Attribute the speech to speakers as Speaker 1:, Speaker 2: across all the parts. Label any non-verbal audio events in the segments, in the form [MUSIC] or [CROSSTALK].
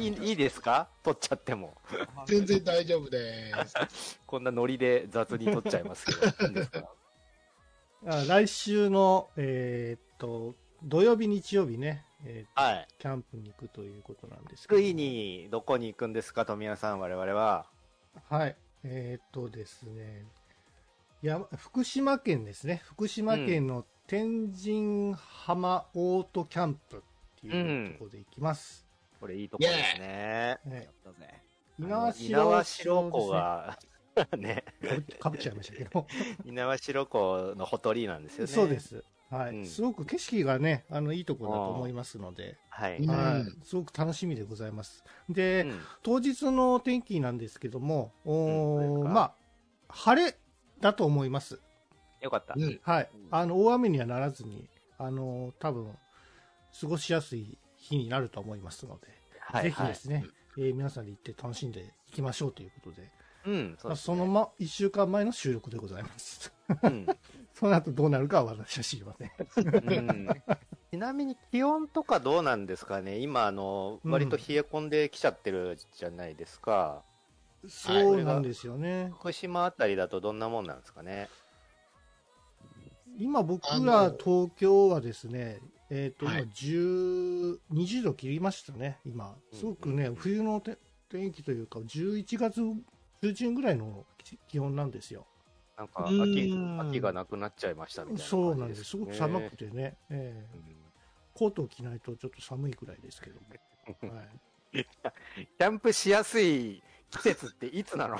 Speaker 1: いいいいですか撮っちゃっても。
Speaker 2: 全然大丈夫です。
Speaker 1: こんなノリで雑に撮っちゃいますけ
Speaker 3: [LAUGHS]
Speaker 1: ど。いいんですか
Speaker 3: あ来週の、えーっと、土曜日、日曜日ね、えーっと
Speaker 1: はい。
Speaker 3: キャンプに行くということなんですけ
Speaker 1: 福
Speaker 3: ど。
Speaker 1: 井にどこに行くんですか、富谷さん、我々は。
Speaker 3: はい。えーっとですね。や、福島県ですね。福島県の天神浜オートキャンプっていうところで行きます。
Speaker 1: これいいとこですね。
Speaker 3: ね、
Speaker 4: だぜ。
Speaker 3: 稲
Speaker 1: 稲葉白
Speaker 3: 城
Speaker 1: 湖が、 [LAUGHS] ね、
Speaker 3: ですね。かぶっちゃいましたけど。
Speaker 1: 稲葉白湖のほとりなんですよね。
Speaker 3: そうで。す。はい、
Speaker 1: うん
Speaker 3: すごく景色がね、あの、いいところだと思いますので、
Speaker 1: はい。
Speaker 2: うん
Speaker 3: はい。すごく楽しみでございます。で、
Speaker 1: うん
Speaker 3: 当日の天気なんですけども、
Speaker 1: うんどう
Speaker 3: お
Speaker 1: です
Speaker 3: ー
Speaker 1: か
Speaker 3: まあ、晴れだと思います。
Speaker 1: よかった。
Speaker 2: うん。
Speaker 3: はい
Speaker 4: うん。
Speaker 3: あの、大雨にはならずに、あの、多分、過ごしやすい日になると思いますので、
Speaker 1: はい、
Speaker 3: ぜひ
Speaker 1: は
Speaker 3: で
Speaker 1: い。
Speaker 3: すね、えー皆さんで行って楽しんでいきましょうということで、
Speaker 1: うん、そう
Speaker 3: まあ
Speaker 1: です
Speaker 3: そ
Speaker 1: ね
Speaker 3: のま、一週間前の収録でございます。 [LAUGHS]
Speaker 1: うん
Speaker 3: その後どうなるかは私は知りません。
Speaker 1: うんちなみに気温とかどうなんですかね今、あの、
Speaker 3: うん
Speaker 1: 割と冷え込んできちゃってるじゃないですか。
Speaker 3: そうなんですよね。
Speaker 1: 福島あたりだとどんなもんなんですかね
Speaker 3: 今僕
Speaker 2: あ
Speaker 3: ら
Speaker 2: の
Speaker 3: 東京はですね、えっ、と、
Speaker 2: はい
Speaker 3: 今10、20度切りましたね、今。すごくね、
Speaker 1: うん
Speaker 3: 冬のて天気というか、11月中旬ぐらいの気気温なんですよ。
Speaker 1: なんか
Speaker 2: う
Speaker 1: 秋
Speaker 2: ん、
Speaker 1: 秋がなくなっちゃいましたみたいな
Speaker 3: そうなん
Speaker 1: 感じ
Speaker 3: です。す
Speaker 1: ね
Speaker 3: ごく寒くてね、ええコートを着ないとちょっと寒いくらいですけど
Speaker 1: [LAUGHS]
Speaker 3: も。はい、
Speaker 1: うんキャンプしやすい季節っていつな
Speaker 3: [LAUGHS]
Speaker 1: の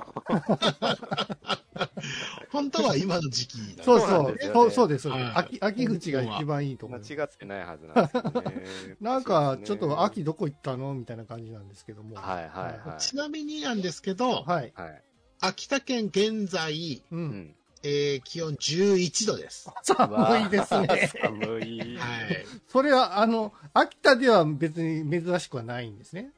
Speaker 2: 本当は今の時期だ。
Speaker 3: そう
Speaker 1: うな
Speaker 3: そ
Speaker 1: ん
Speaker 3: う
Speaker 1: ですよね
Speaker 3: そう、そうです、そうです
Speaker 2: はい
Speaker 3: 秋。秋口が一番いいと思
Speaker 1: 間
Speaker 3: います。
Speaker 1: 違ってないはずなんですよね。
Speaker 3: なんか、ちょっ
Speaker 1: そ
Speaker 3: と
Speaker 1: うですね
Speaker 3: 秋どこ行ったのみたいな感じなんですけども。
Speaker 1: はいはいは
Speaker 2: ちなみになんですけど、
Speaker 3: はい。
Speaker 1: い。はい。
Speaker 2: 秋田県現在、
Speaker 3: う。
Speaker 1: うんん。
Speaker 2: えー、気温11度です。
Speaker 3: [LAUGHS] 寒い
Speaker 1: [LAUGHS]
Speaker 3: ですね。
Speaker 1: 寒い。。
Speaker 2: はい。
Speaker 3: それは、あの、秋田では別に珍しくはないんですね。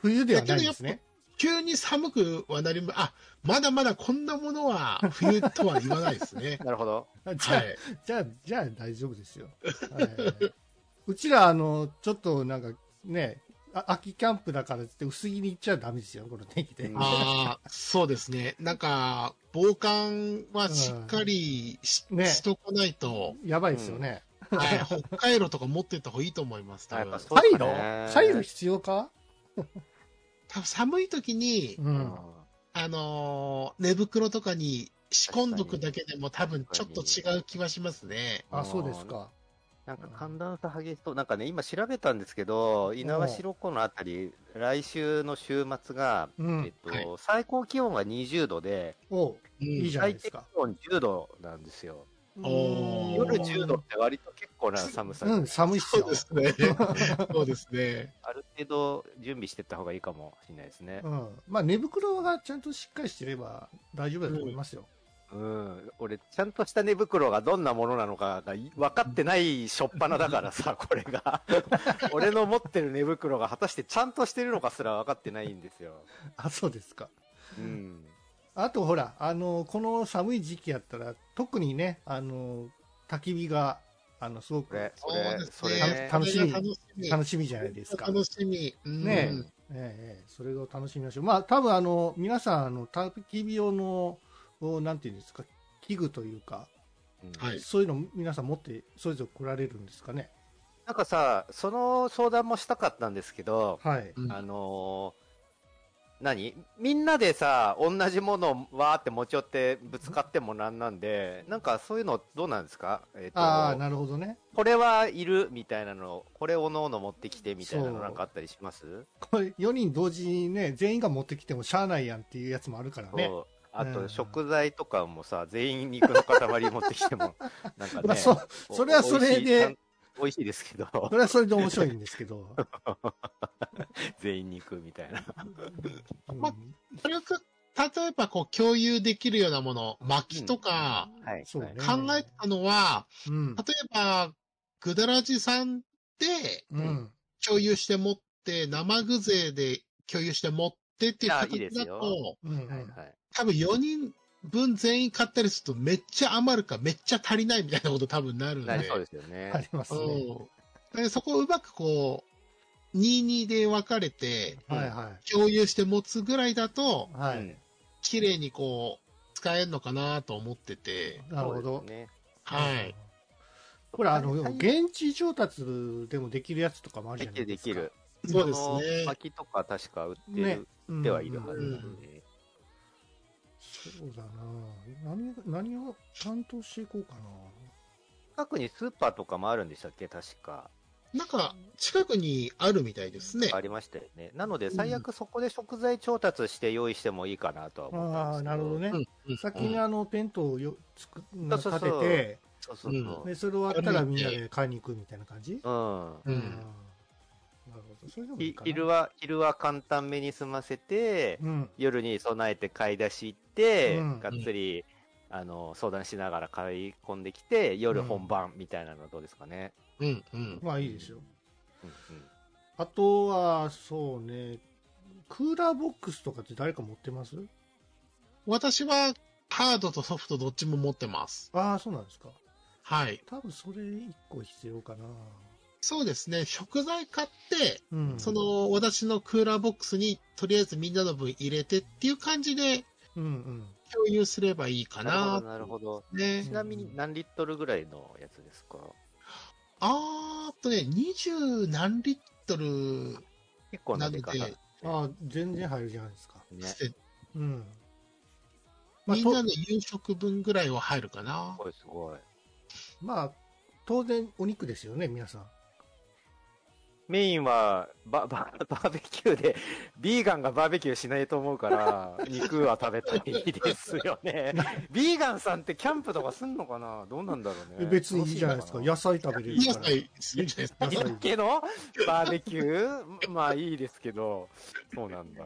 Speaker 3: 冬ではないんですね。
Speaker 2: 急に寒くはなりま、あ、まだまだこんなものは冬とは言わないですね
Speaker 1: [LAUGHS] なるほど。
Speaker 3: じゃあ、
Speaker 2: はい。
Speaker 3: じゃあ、じゃあ大丈夫ですよ。はい、うちら、あの、ちょっとなんかね、あ秋キャンプだからっつって薄着に行っちゃダメですよ、この天気で。
Speaker 1: うん
Speaker 2: ああ、そうですね。なんか、防寒はしっかりし,、
Speaker 3: うんね
Speaker 2: しとかない
Speaker 3: [LAUGHS]
Speaker 2: と、
Speaker 3: やばいですよね。
Speaker 2: はい、北海道とか持ってった方がいいと思います。多
Speaker 1: あやっ
Speaker 2: 分
Speaker 1: ぱそう
Speaker 3: サイ
Speaker 1: そう
Speaker 3: ロ
Speaker 1: だね
Speaker 3: サイロ必要か
Speaker 2: 多分寒い時に、
Speaker 3: う。
Speaker 1: うんん
Speaker 2: あのー寝袋とかに仕込んどくだけでも多分ちょっと違う気はしますね。
Speaker 3: あ、そうですか。
Speaker 1: なんか寒暖差激しそう、なんかね、今調べたんですけど、猪苗代湖のあたり、来週の週末が、
Speaker 3: う
Speaker 1: えっ
Speaker 3: ん。
Speaker 1: と、
Speaker 2: はい
Speaker 1: 最高気温が20度で、
Speaker 3: おう
Speaker 2: うん
Speaker 3: いいじゃない
Speaker 1: 最
Speaker 3: で
Speaker 1: 低気
Speaker 3: すか。
Speaker 1: 温10度なんですよ。
Speaker 2: おー
Speaker 1: 夜10度って割と結構な寒さで、
Speaker 3: うん、寒いっす
Speaker 2: そう
Speaker 3: よ
Speaker 2: で。す
Speaker 3: [LAUGHS]
Speaker 2: ね。そうですね。
Speaker 1: ある程度準備してった方がいいかもしれないですね
Speaker 3: う。ん。まあ、寝袋がちゃんとしっかりしてれば大丈夫だと思いますよ。
Speaker 1: うん。俺、ちゃんとした寝袋がどんなものなのかがい分かってない初っ端だから
Speaker 3: [LAUGHS]
Speaker 1: さ、これが。俺の持ってる寝袋が果たしてちゃんとしてるのかすら分かってないんですよ。
Speaker 3: あ、そうですか。
Speaker 1: うん。
Speaker 3: あとほら、あの、この寒い時期やったら、特にね、あの、焚き火が、あの、すご
Speaker 1: こ
Speaker 3: く
Speaker 1: れ、そ
Speaker 2: そう
Speaker 1: れ
Speaker 2: で、
Speaker 1: そ
Speaker 2: す
Speaker 1: れ、
Speaker 2: ね。
Speaker 3: 楽しみ
Speaker 2: 楽しみ。
Speaker 3: 楽しみじゃないですか。
Speaker 2: 楽しみ。うん
Speaker 3: ね
Speaker 1: え
Speaker 3: ええそれを楽しみましょう。まあ、多分あの、皆さん、あの、焚き火用の、おなんていうんですか、器具というか、
Speaker 1: うん
Speaker 2: はい。
Speaker 3: そういうの皆さん持って、それぞれ来られるんですかね。
Speaker 1: なんかさ、その相談もしたかったんですけど、
Speaker 3: はい。
Speaker 2: うん
Speaker 1: あのー何みんなでさ、同じものをわーって持ち寄ってぶつかってもなんなんで、なんかそういうのどうなんですかえっ、
Speaker 3: ああ、
Speaker 1: と、
Speaker 3: なるほどね。
Speaker 1: これはいるみたいなの、これおのおの持ってきてみたいな
Speaker 3: そ
Speaker 1: の
Speaker 3: う
Speaker 1: なんかあったりします
Speaker 3: これ、4人同時にね、全員が持ってきてもしゃあないやんっていうやつもあるからね。
Speaker 1: そうあ
Speaker 3: う
Speaker 1: と
Speaker 3: ん
Speaker 1: 食材とかもさ、全員肉の塊持ってきて
Speaker 3: [LAUGHS]
Speaker 1: も、なんかね、
Speaker 3: まあそう
Speaker 1: お
Speaker 3: それはそれで、
Speaker 1: 美味しい美味しいですけど、 [LAUGHS]
Speaker 3: それはそれで面白いんですけど。
Speaker 1: 全員肉みたいな。
Speaker 3: う
Speaker 2: [LAUGHS]
Speaker 3: ん
Speaker 2: まあ軽く、例えばこう共有できるようなもの、薪とか、
Speaker 1: はい。
Speaker 3: そうね。
Speaker 2: 考えたのは、
Speaker 3: うん
Speaker 2: 例。えば、ぐだらじさんで
Speaker 3: うん。
Speaker 2: 共有して持って、生具勢で共有して持ってっていう
Speaker 1: いやいいです
Speaker 2: 形だ
Speaker 1: よ
Speaker 2: と、
Speaker 3: うんう
Speaker 1: はいはい
Speaker 3: ん。
Speaker 1: はい。
Speaker 2: 多分4人分全員買ったりするとめっちゃ余るかめっちゃ足りないみたいなこと多分なるんで。
Speaker 1: なりそうですよね。
Speaker 3: ありますね。
Speaker 2: うんだからそこをうまくこう、 22で分かれて、
Speaker 1: うん
Speaker 3: はいは
Speaker 2: 共有して持つぐらいだと
Speaker 3: い。、は
Speaker 1: う
Speaker 3: い。
Speaker 1: ん
Speaker 2: 綺麗にこう、使えるのかなと思ってて、
Speaker 3: なるほ
Speaker 1: そう
Speaker 3: ど
Speaker 1: で。すね
Speaker 2: はい。。
Speaker 3: これ、あの、
Speaker 1: はい
Speaker 3: 現地調達でもできるやつとかもある
Speaker 1: で
Speaker 3: じ
Speaker 1: き
Speaker 3: ゃない
Speaker 1: る
Speaker 3: で
Speaker 1: ですき
Speaker 3: か
Speaker 1: る。。
Speaker 2: そうです
Speaker 1: その
Speaker 2: ね。
Speaker 1: 薪とか確か売ってる、
Speaker 3: ね
Speaker 1: 売ってはいるは
Speaker 3: は
Speaker 1: ず
Speaker 3: ず
Speaker 1: な
Speaker 2: う
Speaker 1: ので。
Speaker 3: そうだな何、何を担当していこうかな
Speaker 1: 近くにスーパーとかもあるんでしたっけ確か。
Speaker 2: なんか、近くにあるみたいですね。
Speaker 1: ありましたよね。なので、最悪そこで食材調達して用意してもいいかなとは思ったん
Speaker 3: あ
Speaker 1: で
Speaker 3: あ
Speaker 1: すけど。
Speaker 3: ー、なるほどね。
Speaker 2: うん
Speaker 3: 先にあの、テントをよ、つく、な
Speaker 1: そうそ
Speaker 3: 立
Speaker 1: う
Speaker 3: てて、
Speaker 1: そうそうそう。
Speaker 3: で、それ終わったらみんなで買いに行くみたいな感じ
Speaker 1: うん。
Speaker 2: うん
Speaker 3: なるほど。それでもいい
Speaker 1: ひ
Speaker 3: かな。
Speaker 1: 昼は、昼は簡単めに済ませて、
Speaker 3: うん。
Speaker 1: 夜に備えて買い出し行って、
Speaker 3: うん
Speaker 1: がっつり、あの、相談しながら買い込んできて、夜本番みたいなのどうですかね。
Speaker 2: うん、うん。
Speaker 3: まあいいですよ。
Speaker 1: うんうん
Speaker 3: あとは、そうね、クーラーボックスとかって誰か持ってます
Speaker 2: 私は、ハードとソフトどっちも持ってます。
Speaker 3: ああ、そうなんですか。
Speaker 2: はい。
Speaker 3: 多分それ一個必要かな。
Speaker 2: そうですね。食材買って、
Speaker 3: うん。
Speaker 2: そ、の、私のクーラーボックスに、とりあえずみんなの分入れてっていう感じで
Speaker 3: うんうん。
Speaker 2: 共有すればいいか
Speaker 1: なるほ
Speaker 2: な
Speaker 1: ど、。なるほど。
Speaker 2: ね
Speaker 1: ち。なみに何リットルぐらいのやつですか
Speaker 2: あーっとね、二十何リットル
Speaker 1: 結構な
Speaker 2: なの
Speaker 1: んで
Speaker 2: で、
Speaker 1: かな。ね
Speaker 3: ああ、全然入るじゃないですか。
Speaker 2: して
Speaker 3: うん。まあ、
Speaker 2: みんな
Speaker 3: と
Speaker 2: の夕食分ぐらいは入るか
Speaker 1: す
Speaker 2: な。
Speaker 1: ごいすごい。
Speaker 3: まあ、当然お肉ですよね、皆さん。
Speaker 1: メインはバ [LAUGHS] ババーベキューで、 [LAUGHS] ビーガンがバーベキューしないと思う
Speaker 3: [LAUGHS]
Speaker 1: から、肉は食べたいですよね。ビーガンさんってキャンプとかすんのかなどうなんだろうね。
Speaker 3: 別にいいじゃないですか。野
Speaker 1: 楽
Speaker 3: 菜食べれる
Speaker 2: 皆
Speaker 3: か
Speaker 2: さ
Speaker 3: ら。
Speaker 2: ん、するんじゃないですか。
Speaker 1: しいのかな。けど、バーベキュー [LAUGHS] まあいいですけど、そうなんだ。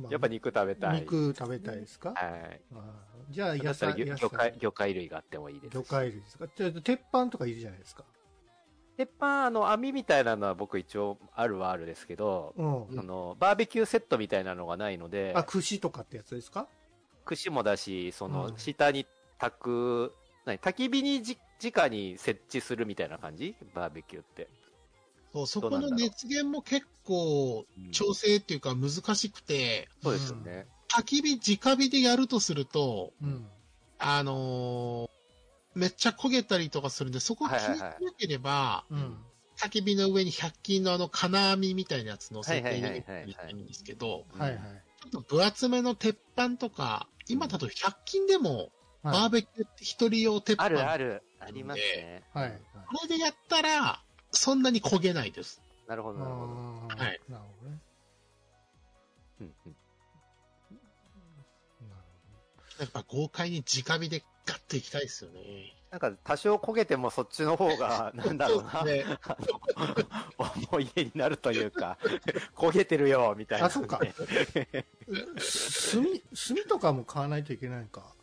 Speaker 3: まあ
Speaker 1: やっぱ肉食べたい。
Speaker 3: 肉食べたいですか、
Speaker 1: はい。
Speaker 3: ああじゃあ
Speaker 1: だ
Speaker 3: 野
Speaker 1: ったら
Speaker 3: 菜、
Speaker 1: 魚
Speaker 3: 野
Speaker 1: 魚介
Speaker 3: 菜。
Speaker 1: 魚介類があってもいいです。
Speaker 3: 魚介類ですかちょっと鉄板とかいるじゃないですか。
Speaker 1: 鉄板、あの、網みたいなのは僕一応あるはあるですけど、
Speaker 3: うん。
Speaker 1: あの、バーベキューセットみたいなのがないので、
Speaker 3: あ、串とかってやつですか
Speaker 1: 串もだし、その
Speaker 3: う、ん
Speaker 1: 下に焚く、何、焚き火にじ、直に設置するみたいな感じバーベキューって。
Speaker 2: [LAUGHS] そうそこの熱源も結構調整っていうか難しくて、
Speaker 1: そうですよね。
Speaker 2: 焚き火、直火でやるとすると、
Speaker 3: うん。
Speaker 2: あのーめっちゃ焦げたりとかするんで、そこ気にしなければ、
Speaker 3: うん。
Speaker 2: 焚き火の上に100均のあの金網みたいなやつ乗せて入れる
Speaker 1: はいはいはいはい
Speaker 2: みたいんですけど、
Speaker 3: はいはい。
Speaker 2: ちょっと分厚めの鉄板とか、今だと100均でも、バー
Speaker 3: は
Speaker 2: ベキューって一人用鉄板、
Speaker 1: あるある、ありますね。
Speaker 3: い。はい。
Speaker 2: これでやったら、そんなに焦げないです。
Speaker 1: なるほ
Speaker 3: あ
Speaker 1: ど、なるほど。
Speaker 3: ー
Speaker 2: はい
Speaker 3: なるほどね。
Speaker 1: うんうん
Speaker 3: なる
Speaker 2: やっぱ豪快に直火でガッていきたいですよね。
Speaker 1: なんか、多少焦げてもそっちの方
Speaker 3: [LAUGHS]
Speaker 1: が、なんだろうな
Speaker 2: そ、ですね
Speaker 1: あの [LAUGHS] 思い出になるというか、焦げてるよ、みたいな。
Speaker 3: あそうかほど。す炭、炭とかも買わないといけないか。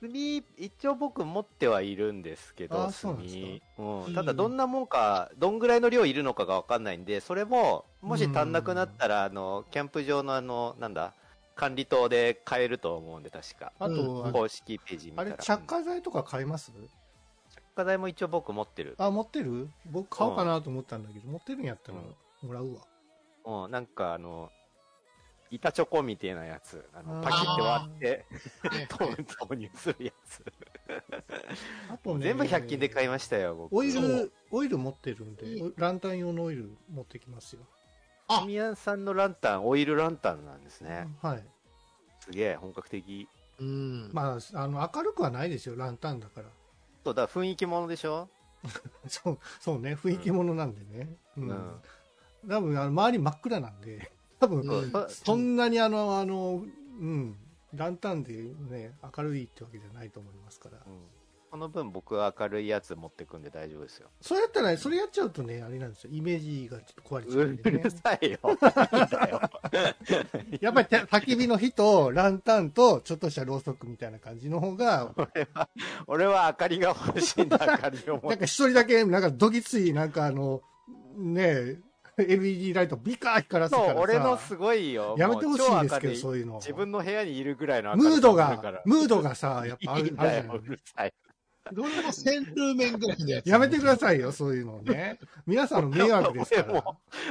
Speaker 1: 炭、一応僕持ってはいるんですけど、
Speaker 3: あそうなんです
Speaker 1: 炭う。
Speaker 2: うんん
Speaker 1: ただどんなもんか、どんぐらいの量いるのかがわかんないんで、それも、もし足んなくなったら、あの、キャンプ場のあの、なんだ、管理棟で買えると思うんで、確か。
Speaker 3: あと、
Speaker 2: うん
Speaker 3: あれ
Speaker 1: 公式ページ見
Speaker 3: あ
Speaker 1: たら。
Speaker 3: れ、着火剤とか買います
Speaker 1: 着火剤も一応僕持ってる。
Speaker 3: あ、持ってる僕買おうかなと思ったんだけど、持ってるんやったらもらうわ。
Speaker 1: うん、なんかあの、板チョコみたいなやつ。あの、
Speaker 3: あー
Speaker 1: パキって割って、 [LAUGHS]
Speaker 2: はい
Speaker 1: 投投入するや
Speaker 3: [LAUGHS]
Speaker 1: つ。
Speaker 3: あとね。
Speaker 1: 全部100均で買いましたよ、僕。
Speaker 3: オイ
Speaker 2: そ
Speaker 3: ル
Speaker 2: う、
Speaker 3: オイル持ってるんで、
Speaker 2: う
Speaker 3: ランタン用のオイル持ってきますよ。
Speaker 2: あ
Speaker 1: ミヤンさんのランタン、オイルランタンなんですね。
Speaker 3: はい。
Speaker 1: すげえ、本格的。
Speaker 2: うん。
Speaker 3: まあ、あの、明るくはないですよ、ランタンだから。 [LAUGHS]
Speaker 1: そうだ、雰囲気ものでしょ
Speaker 3: そう、そうね、雰囲気ものなんでね。う。
Speaker 1: うんん。
Speaker 3: 多分、あの、周り真っ暗なんで、 [LAUGHS] 多分、
Speaker 2: うん
Speaker 1: そう
Speaker 3: そんなにあの、あの、うん、ランタンでね、明るいってわけじゃないと思いますから。
Speaker 1: うんこの分僕は明るいやつ持ってくんで大丈夫ですよ。
Speaker 3: それやったら、それやっちゃうとね、あれなんですよ、イメージがちょっと壊れちゃ
Speaker 1: う
Speaker 3: うんでね
Speaker 1: る。さいよ。 [LAUGHS] なんだよ
Speaker 3: やっぱりた焚き火の火と、ランタンと、ちょっとしたろうそくみたいな感じの方
Speaker 1: [LAUGHS]
Speaker 3: が、
Speaker 1: 俺は明かりが欲しいんだ、明かりを持っ
Speaker 3: [LAUGHS] なん
Speaker 1: て。
Speaker 3: か一人だけ、なんかどぎつい、なんかあの、ねえ、LED ライトビカー光らせた
Speaker 1: そ
Speaker 3: ら
Speaker 1: う
Speaker 3: さ、、
Speaker 1: 俺のすごいよ。
Speaker 3: やめてほしいんですけ
Speaker 1: もう超明る
Speaker 3: ど、そういうの。
Speaker 1: 自分の部屋にいるぐらいの明る
Speaker 3: ム
Speaker 1: さ
Speaker 3: ード
Speaker 1: だか
Speaker 3: が
Speaker 1: ら、
Speaker 3: ムードがさ、やっぱあ
Speaker 1: いい
Speaker 3: る
Speaker 1: ん
Speaker 3: あるじ
Speaker 1: だ
Speaker 3: ゃな
Speaker 1: よ、う
Speaker 3: い
Speaker 1: るさい。
Speaker 2: どれもセンル面ぐらいのやつ。
Speaker 3: やめてくださいよ、そういうのね。皆さんの迷惑ですか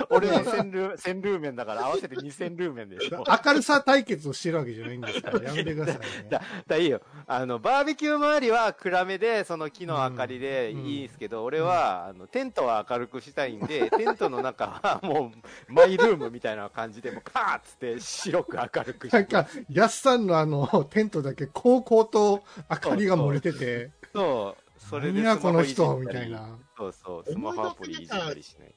Speaker 1: 俺も俺は
Speaker 3: ら。
Speaker 1: 千ル千ルーメンだから合わせて二千ルーメンでしょ。
Speaker 3: 明るさ対決をしてるわけじゃないんですから、やめてくださいね
Speaker 1: だ。だいいよ。あの、バーベキュー周りは暗めで、その木の明かりで
Speaker 3: うん
Speaker 1: いいんですけど、俺は、あの、テントは明るくしたいん
Speaker 3: [LAUGHS]
Speaker 1: で、テントの中はもう、マイルームみたいな感じで、もう、カーッつって白く明るくし
Speaker 3: なん
Speaker 1: て。
Speaker 3: か、やすさんのあの、テントだけ、高校と明かりが漏れてて、
Speaker 1: そう、それで
Speaker 3: みん
Speaker 1: ス
Speaker 3: な
Speaker 1: マ
Speaker 3: こ
Speaker 1: ホ
Speaker 3: の
Speaker 1: いじった
Speaker 3: 人、
Speaker 1: り
Speaker 3: みたい。な。
Speaker 1: そうそう、スマホアプリいじったりしない。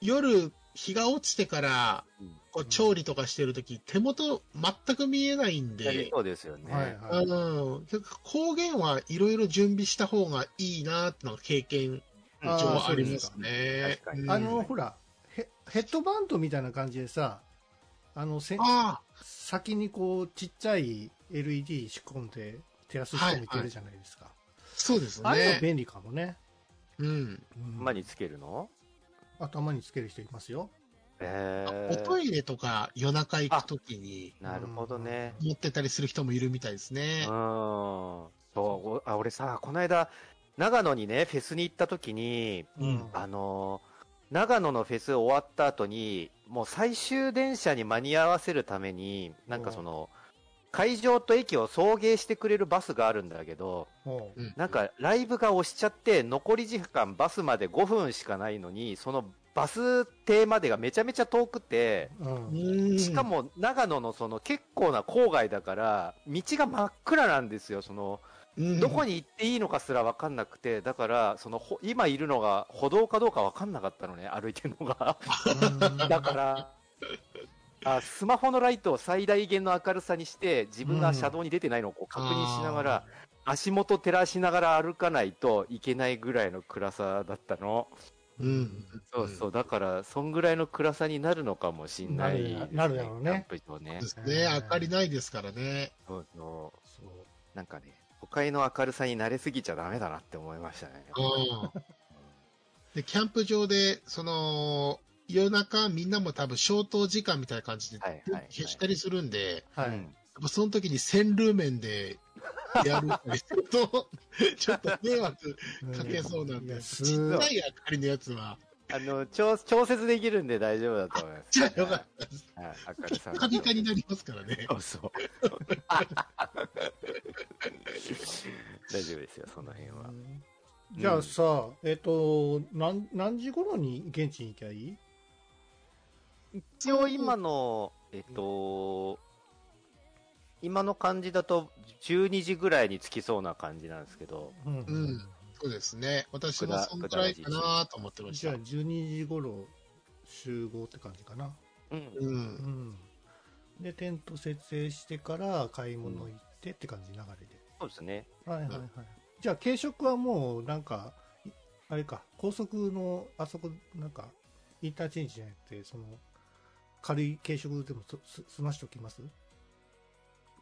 Speaker 2: 夜、日が落ちてから
Speaker 1: うん、
Speaker 2: こう調理とかしてるとき、手元全く見えないん
Speaker 1: やり
Speaker 2: で、
Speaker 1: そうですよね。
Speaker 3: はい
Speaker 2: あ
Speaker 3: はい。
Speaker 2: の、結構光源はいろいろ準備した方がいいなってのが経験
Speaker 1: うん
Speaker 3: あー
Speaker 2: 上ありま
Speaker 3: そ
Speaker 2: す
Speaker 3: う
Speaker 1: です
Speaker 2: ね
Speaker 1: か確かに。
Speaker 2: うん
Speaker 3: あの、ほら、ヘヘッドバンドみたいな感じでさ、あの、せ
Speaker 2: あ
Speaker 3: 先にこう、ちっちゃい LED 仕込んで、照らす人もいてるじゃないですか。
Speaker 2: ーそうです
Speaker 3: ああいうの
Speaker 2: ね。
Speaker 3: 便利かもね。
Speaker 2: うん。
Speaker 3: うん
Speaker 1: 頭につけるの
Speaker 3: 頭につける人いますよ。
Speaker 1: え
Speaker 2: あお
Speaker 1: ー。
Speaker 2: トイレとか夜中行くときに
Speaker 1: なるほどね。
Speaker 2: 持ってたりする人もいるみたいです
Speaker 1: うん
Speaker 2: ね。。
Speaker 1: そうお、あ、俺さ、この間、長野にね、フェスに行った時に、
Speaker 2: うん
Speaker 1: あのー長野のフェス終わった後に、もう最終電車に間に合わせるために、なんかその、会場と駅を送迎してくれるバスがあるんだけど、
Speaker 3: おう
Speaker 2: う
Speaker 1: なん、かライブが押しちゃって、残り時間バスまで5分しかないのに、そのバス停までがめちゃめちゃ遠くて、
Speaker 3: うん。
Speaker 2: うん
Speaker 1: しか、も長野のその結構な郊外だから、道が真っ暗なんですよ、その、 [LAUGHS] どこ
Speaker 2: に
Speaker 1: に行っていいのかすら分かんなくて、だから、そのほ今いるのが歩道かどうか分かんなかったのね、歩いてるの
Speaker 3: [LAUGHS]
Speaker 1: が。だから、あスマホのライトを最大限の明るさにして、自分が車道に出てないのをこう確認しながら、足元照らしながら歩かないといけないぐらいの暗さだったの。
Speaker 2: うん。
Speaker 1: そうそう、だから、そんぐらいの暗さになるのかもしんないです、
Speaker 3: なるなるだろう
Speaker 1: キ
Speaker 3: ね
Speaker 1: ャンプ場ね
Speaker 2: そうで。すね。明かりないですからね。
Speaker 1: そうそう
Speaker 3: そう
Speaker 1: なんかね、都会の明るさに慣れすぎちゃダメだなって思いましたね。 [LAUGHS]
Speaker 2: うん。で、キャンプ場で、その、夜中みんなも多分消灯時間みたいな感じで
Speaker 1: はいはいはい
Speaker 2: 消したりするんで、
Speaker 3: は
Speaker 1: う
Speaker 3: い
Speaker 1: ん。
Speaker 2: やっぱその時に線ルーメンでやるってすると、 [LAUGHS] ちょっと迷惑かけそうなん
Speaker 3: い
Speaker 2: で
Speaker 3: や
Speaker 2: す。
Speaker 3: す
Speaker 2: ちっちゃい
Speaker 3: ご
Speaker 2: 明
Speaker 3: い
Speaker 2: かりのやつは、
Speaker 1: あの調調節できるんで大丈夫だと思います。
Speaker 2: じゃあよかったです。
Speaker 1: はい、明るさの
Speaker 2: カピカになりますからね。
Speaker 1: そうそう。 [LAUGHS] 大丈夫ですよ、その辺は。
Speaker 3: じゃあさ、えっと、なん何時頃に現地に行きゃいい
Speaker 1: 一応今の、えっと、今の感じだと12時ぐらいに着きそうな感じなんですけど、
Speaker 3: うん
Speaker 2: うんそうですね。私もそんくらいかなと思ってまし
Speaker 3: じゃあ
Speaker 2: た。
Speaker 3: 12時頃集合って感じかな。
Speaker 1: うん。
Speaker 2: う。
Speaker 3: うんん。で、テント設営してから買い物行ってって感じ流れで。
Speaker 1: そうですね。
Speaker 3: はいはいはい。じゃあ軽食はもうなんか、いあれか、高速のあそこ、なんか、インターチェンジじゃなくて、その、軽い軽食でもすす済ましておきます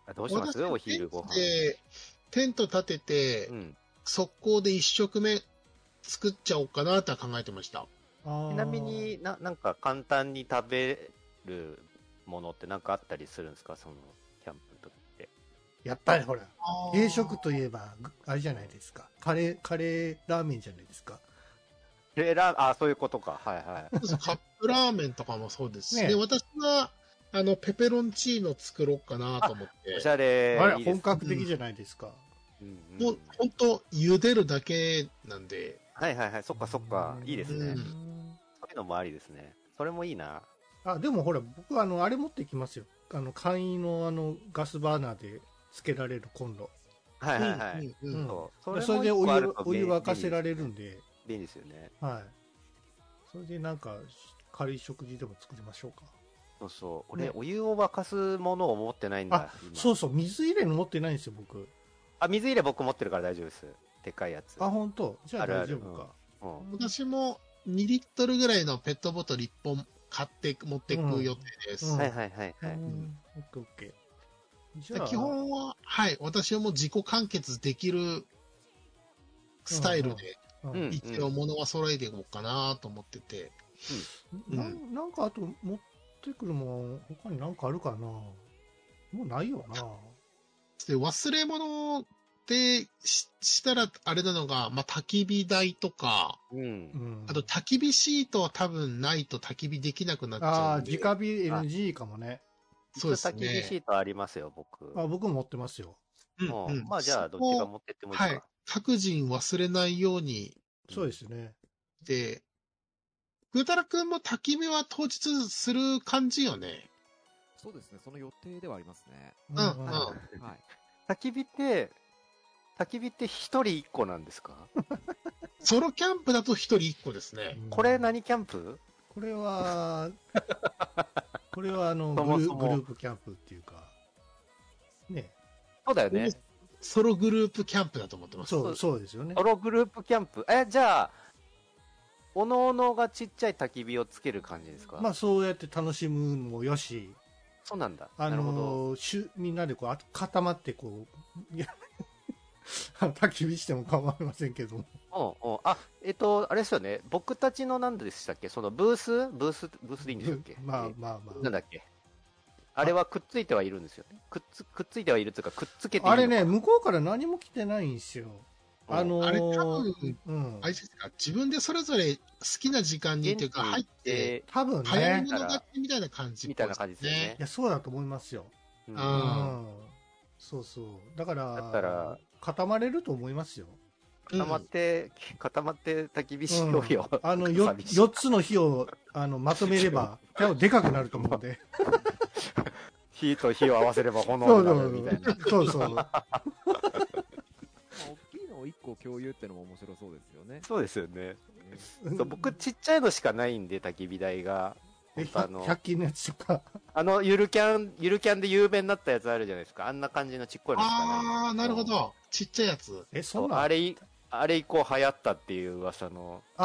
Speaker 1: あどうしますお昼ご飯。
Speaker 2: で、テント立てて
Speaker 1: う、ん、
Speaker 2: 速攻で一食目作っちゃおうかなとは考えてました。
Speaker 1: ち
Speaker 3: ち
Speaker 1: なみにな、なんか簡単に食べるものってなんかあったりするんですかそのキャンプの時って。
Speaker 3: やっぱりほら、軽食といえば、ぐあれじゃないですか。カレー、カレーラーメンじゃないですか。
Speaker 1: えらあ、そういうことか。はいはい。
Speaker 2: そうそうカップラーメンとかもそうですし、
Speaker 3: ね
Speaker 2: で私はあのペペロンチーノ作ろうかなと思っ
Speaker 1: [LAUGHS]
Speaker 2: て
Speaker 1: おし、ゃれ。
Speaker 3: あ
Speaker 1: い
Speaker 3: れ、
Speaker 1: いです
Speaker 3: 本格的じゃないですか。
Speaker 1: うんうん
Speaker 2: もう本当、茹でるだけなんで、
Speaker 1: はいはいはい。そっかそっか。いいですね。
Speaker 2: うん
Speaker 1: そういうのもありですね。それもいいな。
Speaker 3: あ、でもほら、僕はあの、あれ持ってきますよ。あの、簡易のあの、ガスバーナーでつけられるコンロ。
Speaker 1: はいはいはい。
Speaker 2: うんうんうん
Speaker 1: そう
Speaker 3: そ
Speaker 1: れも
Speaker 3: れで
Speaker 1: 一
Speaker 3: お
Speaker 1: 個あ
Speaker 3: 湯
Speaker 1: ると、
Speaker 3: お湯沸かせら
Speaker 1: る。
Speaker 3: れるんで、
Speaker 1: 便利ですよね。
Speaker 3: はい。それでなんか、軽い食事でも作りましょうか。
Speaker 1: そうそう。俺、
Speaker 3: ね
Speaker 1: お湯を沸かすものを持ってないんだ。今
Speaker 3: そうそう、水入れの持ってないんですよ、僕。
Speaker 1: あ、水入れ僕持ってるから大丈夫です。でかいやつ。
Speaker 3: あ、本当じゃあ
Speaker 1: あるあ
Speaker 3: 大
Speaker 1: る
Speaker 3: 丈夫か。
Speaker 1: うん
Speaker 2: 私も2リットルぐらいのペットボトル1本買って持っていく予定です。
Speaker 3: うんうん
Speaker 1: はいはいはいはい。
Speaker 3: うんオッケーオッケー。じ
Speaker 2: で
Speaker 3: ゃあ、
Speaker 2: 基本は、はい、私はもう自己完結できるスタイルで、
Speaker 3: うん
Speaker 1: うん
Speaker 2: 一応物は揃えていこうかなと思ってて、
Speaker 3: な
Speaker 2: うん
Speaker 3: なんかあと持ってくるもん他になんかあるかなもうないよな
Speaker 2: で忘れ物定ししたら、あれなのが、まあ、焚き火台とか、
Speaker 1: う。
Speaker 3: うんん
Speaker 2: あと、焚き火シートは多分ないと焚き火できなくなっちゃ
Speaker 3: あ
Speaker 2: う
Speaker 3: あ、
Speaker 2: んで。
Speaker 3: 直火 NG かもね。
Speaker 2: そうです
Speaker 1: 焚き火シ
Speaker 2: ね。
Speaker 1: ートありますよ、僕。
Speaker 3: あ僕も持ってますよ。
Speaker 2: うん
Speaker 1: う
Speaker 2: うん
Speaker 1: んまあじゃあ、どっちが持ってってもいいか。
Speaker 2: はい各人忘れないように
Speaker 3: そうですね。
Speaker 2: で、ぐーたらくんも焚き火は当日する感じよね。
Speaker 4: そうですね、その予定ではありますね。
Speaker 2: うんうん。
Speaker 4: はい。
Speaker 1: 焚き火って、焚き火って一人一個なんですか、
Speaker 2: ソロキャンプだと一人一個ですね。
Speaker 1: これ何キャンプ
Speaker 3: これは、これはあの
Speaker 1: そも
Speaker 3: グル
Speaker 1: そも
Speaker 3: グループキャンプっていうか、ね、
Speaker 1: そうだよね。
Speaker 2: ソログループキャンプだと思ってます。
Speaker 3: そう、そうですよね
Speaker 1: ソ。ログループキャンプ。え、じゃあ、おのおのがちっちゃい焚き火をつける感じですか
Speaker 3: まあそうやって楽しむのもよし、
Speaker 1: そうなんだ。
Speaker 3: あ
Speaker 1: なるほど。
Speaker 3: の、しゅみんなでこうあ固まってこう、いや焚き火しても構いませんけども。
Speaker 1: うんうん。あ、えっと、あれですよね。僕たちの何でしたっけそのブースブース、ブースでいいんでしたっけ
Speaker 3: まあまあ
Speaker 1: えな
Speaker 3: ま
Speaker 1: んだっけあれはくっついてはいるんですよね。くっつ、くっついてはいるというか、くっつけているの
Speaker 3: あ。
Speaker 1: か
Speaker 3: あれね、、向こうから何も来てないんですよ。
Speaker 1: うん
Speaker 3: あのー
Speaker 2: あれ多分
Speaker 3: うん
Speaker 2: あれ。ですか、自分でそれぞれ好きな時間にというか
Speaker 1: 現地
Speaker 2: 入って、
Speaker 1: え
Speaker 3: 多分
Speaker 2: 早い
Speaker 3: ね
Speaker 2: も、の勝ちみたいな感じ
Speaker 1: みたいな感じですよね
Speaker 3: い。や、そうだと思いますよ。
Speaker 1: う
Speaker 2: うん
Speaker 1: ん
Speaker 3: うんそうそう。だから、
Speaker 1: だから
Speaker 3: 固まれると思いますよ。
Speaker 1: 固まって、固まって焚き火しようよ。
Speaker 3: うん
Speaker 1: [LAUGHS]
Speaker 3: あの、よ
Speaker 1: よ
Speaker 3: 4つの火を、あの、まとめれば、多分でかくなると思うんで。
Speaker 1: 火と火を合わせれば
Speaker 3: そ
Speaker 1: 炎
Speaker 3: う
Speaker 1: に
Speaker 3: そ
Speaker 1: なるみたいうな。
Speaker 3: そう。そうそう。
Speaker 4: まあ、大きいのを1個共有ってのも面白そうですよね。
Speaker 1: そうですよね。
Speaker 4: ね
Speaker 1: そう僕、ちっちゃいのしかないんで、焚き火台が。
Speaker 3: え
Speaker 1: 本当あ
Speaker 3: 100,
Speaker 1: の、
Speaker 3: 100均のやつとか。
Speaker 1: あの、ゆるキャン、ゆるキャンで有名になったやつあるじゃないですか。あんな感じのちっこいのしかない。
Speaker 2: あー、なるほ。ど。ちっちゃいやつ。
Speaker 3: え、そ
Speaker 1: そ
Speaker 3: ん
Speaker 1: う、
Speaker 3: なん
Speaker 1: あれい、あれ以降流行ったっていう噂の、
Speaker 3: あー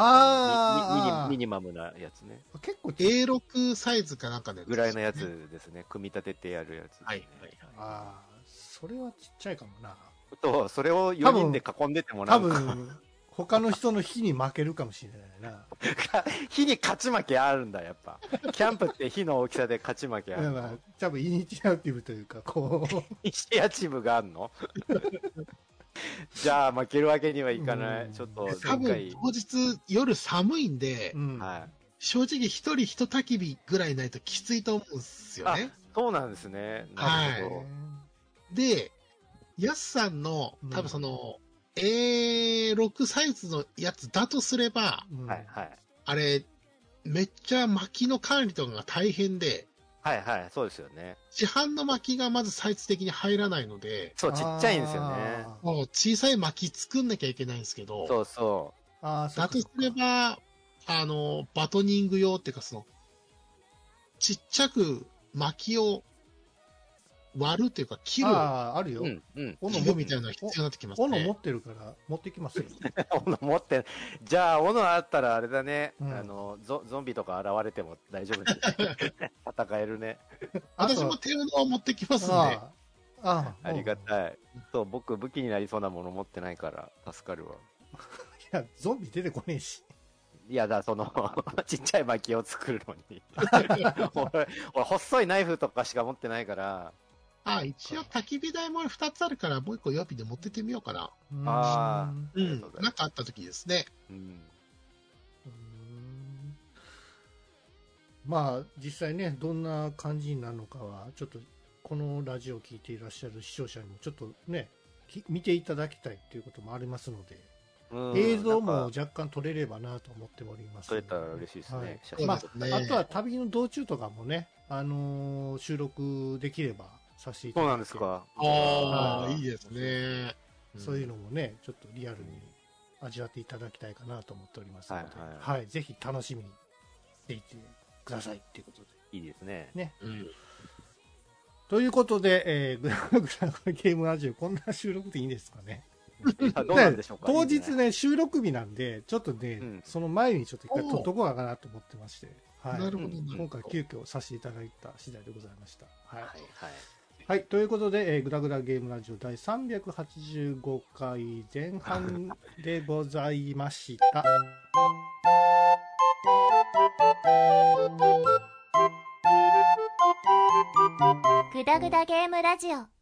Speaker 3: あー
Speaker 1: ミニミニミニマムなやつね。
Speaker 3: 結構ちっ
Speaker 2: A6 サイズかなんかで。
Speaker 1: ぐらいのやつ。ですね。組み立ててやるやつ。
Speaker 2: はい、はい、はい。
Speaker 3: あーそれはちっちゃいかもな。
Speaker 1: と、それを4人で囲んでてもな
Speaker 3: 多
Speaker 1: んか、
Speaker 3: 分、他の人の火に負けるかもしれないな。
Speaker 1: 火に勝ち負けあるんだ、やっぱ。キャンプって火の大きさで勝ち負けある [LAUGHS]
Speaker 3: だ。から、多分、イニシアティブというか、こう。
Speaker 1: イニシアチブがあんのじゃあ負けるわけにはいかな
Speaker 3: う
Speaker 1: い。
Speaker 3: ん
Speaker 1: ちょっと
Speaker 2: 多
Speaker 1: 前
Speaker 2: 分
Speaker 1: 回、
Speaker 2: 当日夜寒いんで、
Speaker 3: うん。
Speaker 1: は
Speaker 2: 正直一人一焚き火ぐらいないときついと思うんですよね
Speaker 1: い。。そうなんですね。
Speaker 2: はい
Speaker 1: なるほど
Speaker 2: で、ヤスさんの
Speaker 3: うん、
Speaker 2: 多分その、A6 サイズのやつだとすれば、
Speaker 3: うん
Speaker 1: はいはい。
Speaker 2: あれ、めっちゃ薪の管理とかが大変で、
Speaker 1: はいはい、そうですよね。
Speaker 2: 市販の薪がまずサイズ的に入らないので、
Speaker 1: そう、ちっちゃいんですよね。
Speaker 3: あー
Speaker 2: もう小さい薪作んなきゃいけないんですけど、
Speaker 1: そうそ
Speaker 3: あー、そっ
Speaker 2: だ
Speaker 3: か
Speaker 2: と
Speaker 3: そ
Speaker 2: す
Speaker 3: っか
Speaker 2: れば、あの、バトニング用っていうか、その、ちっちゃく薪を割るというか、切る
Speaker 3: ああ、ある
Speaker 1: う。
Speaker 3: よ。
Speaker 1: うん、うん。
Speaker 3: 斧
Speaker 2: 器
Speaker 3: 持
Speaker 2: 具
Speaker 3: っ
Speaker 2: みたいなのが必要になってきますね。
Speaker 3: 斧持ってるから、持ってきますよ。
Speaker 1: [LAUGHS] 斧持って、じゃあ斧あったらあれだね。
Speaker 3: うん
Speaker 1: あのゾ、ゾンビとか現れても大丈夫です
Speaker 3: [LAUGHS]
Speaker 1: ね。戦えるね。
Speaker 3: あ
Speaker 2: [LAUGHS]
Speaker 3: と
Speaker 2: 私も手斧は持ってきますね。
Speaker 3: ああああ
Speaker 1: ありが
Speaker 3: い。
Speaker 1: たい。そう、僕武器になりそうなもの持ってないから、助かるわ。
Speaker 3: いや、ゾンビ出てこねえし。
Speaker 1: いやだ、その、 [LAUGHS] ちっちゃい薪を作るのに。俺、俺、細いナイフとかしか持ってないから、
Speaker 2: [LAUGHS] あ一応焚き火台も2つあるから、もう1個予備で持ってってみようかな。
Speaker 1: あー
Speaker 2: う
Speaker 3: う
Speaker 1: りが
Speaker 2: ん
Speaker 1: とうございます
Speaker 2: なんかあった時ですね。
Speaker 1: うん。
Speaker 3: ーんまあ、実際ね、どんな感じになるのかは、ちょっと、このラジオを聞いていらっしゃる視聴者にも、ちょっとね、き見ていただきたいということもありますので、
Speaker 1: うん
Speaker 3: 映像も
Speaker 1: なんか
Speaker 3: 若干撮れればなと思っております
Speaker 1: 撮
Speaker 3: の
Speaker 1: れ
Speaker 3: で。
Speaker 1: たら嬉しいですね。
Speaker 3: はい
Speaker 1: 写
Speaker 2: そ
Speaker 1: 真
Speaker 2: う
Speaker 1: 撮っ
Speaker 2: です
Speaker 1: て
Speaker 2: ね。
Speaker 3: あとは旅の道中とかもね、あのー収録できればさせていた
Speaker 1: そう
Speaker 3: だいて
Speaker 1: なんですか。
Speaker 2: ああ、
Speaker 3: はい
Speaker 2: いですね。
Speaker 3: そういう
Speaker 2: の。
Speaker 3: のもね、ちょっとリアルに味わっていただきたいかなと思っておりますので、
Speaker 1: はい
Speaker 3: はいぜひ楽しみにしていてくださいっていうことで。
Speaker 1: いいですね。
Speaker 2: うん
Speaker 3: ということで、えー、グラ [LAUGHS] グラグラゲームラジオ、こんな収録でいいんですかね。
Speaker 1: あどうなんでしょうか。
Speaker 3: 当
Speaker 1: いいん
Speaker 3: 日
Speaker 1: じゃない
Speaker 3: [LAUGHS] ね、収録日なんで、ちょっとね、
Speaker 1: うん
Speaker 3: その前にちょっと一回撮っとこうかなと思ってまして、はい、
Speaker 2: なるほど、な
Speaker 3: 今
Speaker 2: る
Speaker 3: 回
Speaker 2: ほ
Speaker 3: 急遽させていただいた次第でございました。はい
Speaker 1: はい、はい。
Speaker 3: はい、ということで、えー、グダグダゲームラジオ第385回前半でございました。
Speaker 5: ぐだぐだゲームラジオ